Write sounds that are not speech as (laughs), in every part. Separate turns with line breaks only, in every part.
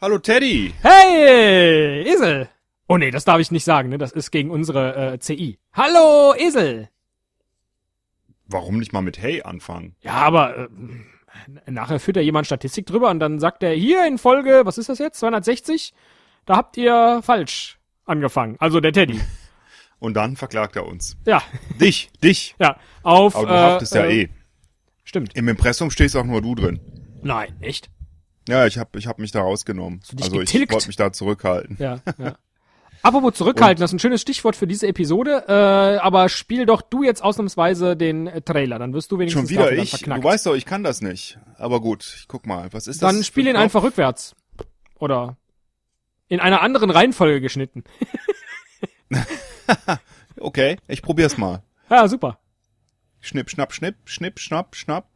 Hallo Teddy.
Hey, Esel. Oh nee, das darf ich nicht sagen, ne? Das ist gegen unsere äh, CI. Hallo, Esel.
Warum nicht mal mit Hey anfangen?
Ja, aber äh, nachher führt ja jemand Statistik drüber und dann sagt er hier in Folge, was ist das jetzt? 260? Da habt ihr falsch angefangen. Also
(laughs)
der Teddy.
Und dann verklagt er uns.
Ja,
Dich, dich.
ja. Auf. äh,
Aber du haftest ja eh.
Stimmt.
Im Impressum stehst auch nur du drin.
Nein, nicht.
Ja, ich hab, ich hab mich da rausgenommen.
du dich
Also ich
getilgt?
wollte mich da zurückhalten.
Ja, ja.
(laughs)
Apropos zurückhalten, das ist ein schönes Stichwort für diese Episode, äh, aber spiel doch du jetzt ausnahmsweise den äh, Trailer, dann wirst du wenigstens
Schon wieder
dafür dann
ich.
verknackt.
Du weißt doch, ich kann das nicht. Aber gut, ich guck mal. Was ist das?
Dann spiel
für ein
ihn
Knopf?
einfach rückwärts. Oder in einer anderen Reihenfolge geschnitten.
Okay, ich probier's mal.
Ja, super.
Schnipp, schnapp, schnipp, schnipp, schnapp, schnapp.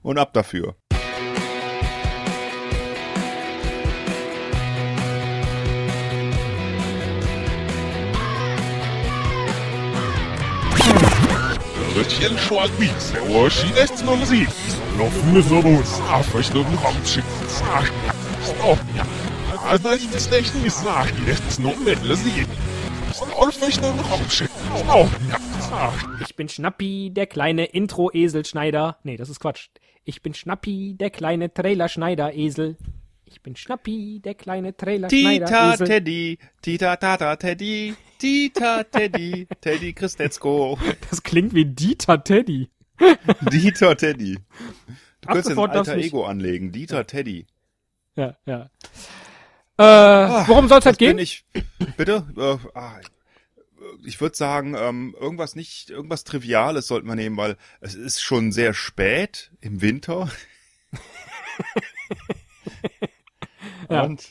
Und ab dafür.
Rötchen Schwarz-Wies, Orschides 07. Laufende Sobos, Africhtung Raumschiffs, Aufmerksamkeit. Also ich bis nächsten Mittag, letzten Moment, lass ich. Aufrichtung Raumschiffs, Aufmerksamkeit.
Ich bin Schnappi, der kleine Intro-Esel-Schneider. Nee, das ist Quatsch. Ich bin Schnappi, der kleine Trailer-Schneider-Esel. Ich bin Schnappi, der kleine
Tita
Trailer-Schneider-Esel.
Teddy, Tita Tata Teddy, Tita Teddy, Teddy Christetzko,
Das klingt wie Dieter Teddy.
(laughs) Dieter Teddy. Du
Ab
könntest jetzt ein
sofort darf's
alter
nicht.
Ego anlegen, Dieter Teddy.
Ja, ja. Äh, worum soll's halt gehen?
Bin ich, bitte? Äh, ah, ich würde sagen, ähm, irgendwas nicht, irgendwas Triviales sollten wir nehmen, weil es ist schon sehr spät im Winter.
(laughs) Ja.
Und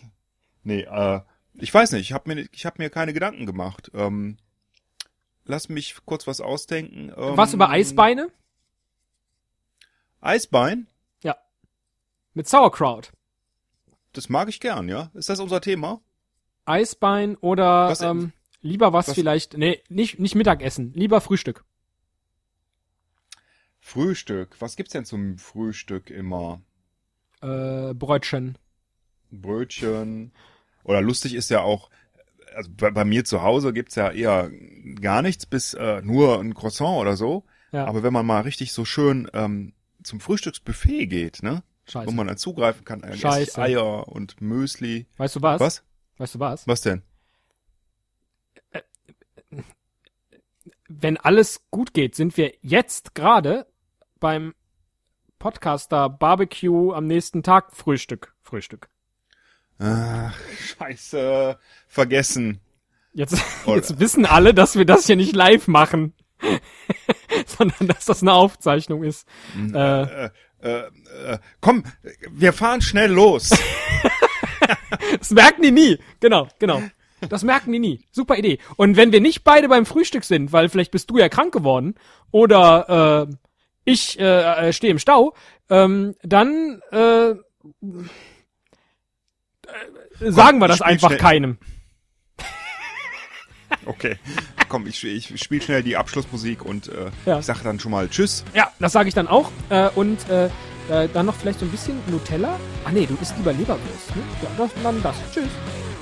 nee, äh, ich weiß nicht, ich habe mir, ich hab mir keine Gedanken gemacht. Ähm, lass mich kurz was ausdenken. Ähm,
Was über Eisbeine?
Eisbein,
Mit Sauerkraut.
das mag ich gern, ja. Ist das unser Thema?
Eisbein oder
Was-
ähm, lieber was,
was-
vielleicht. Nee, nicht, nicht Mittagessen, lieber Frühstück.
Frühstück. Was gibt's denn zum Frühstück immer?
Äh, Brötchen.
Brötchen. Oder lustig ist ja auch, also bei, bei mir zu Hause gibt's ja eher gar nichts bis äh, nur ein Croissant oder so.
Ja,
Aber wenn man mal richtig so schön ähm, zum Frühstücksbuffet geht, ne?
scheiße.
Wo man dann zugreifen kann, dann esse ich
Also Scheiße.
Eier und Müsli.
Weißt du was?
Was?
Weißt du was?
Was denn?
Wenn alles gut geht, sind wir jetzt gerade beim Podcaster Barbecue am nächsten Tag Frühstück. Frühstück.
Ach, scheiße. Vergessen.
Jetzt, (laughs)
Oder-
jetzt wissen alle, dass wir das hier nicht live machen, (laughs) sondern dass das eine Aufzeichnung ist. Äh,
Äh, äh, äh, komm, wir fahren schnell los.
Das merken die nie. Genau, genau. Das merken die nie. Super Idee. Und wenn wir nicht beide beim Frühstück sind, weil vielleicht bist du ja krank geworden oder äh, ich äh, äh, stehe im Stau, ähm, dann äh, äh, sagen wir das
spiel
einfach
schnell.
keinem.
Okay. Komm, ich, ich spiele schnell die Abschlussmusik und äh,
Ja.
ich sage dann schon mal Tschüss.
Ja, das sage ich dann auch. Äh, und äh, äh, dann noch vielleicht so ein bisschen Nutella. Ah nee, du isst lieber Leberwurst. Ne? Ja, das, dann das. Tschüss.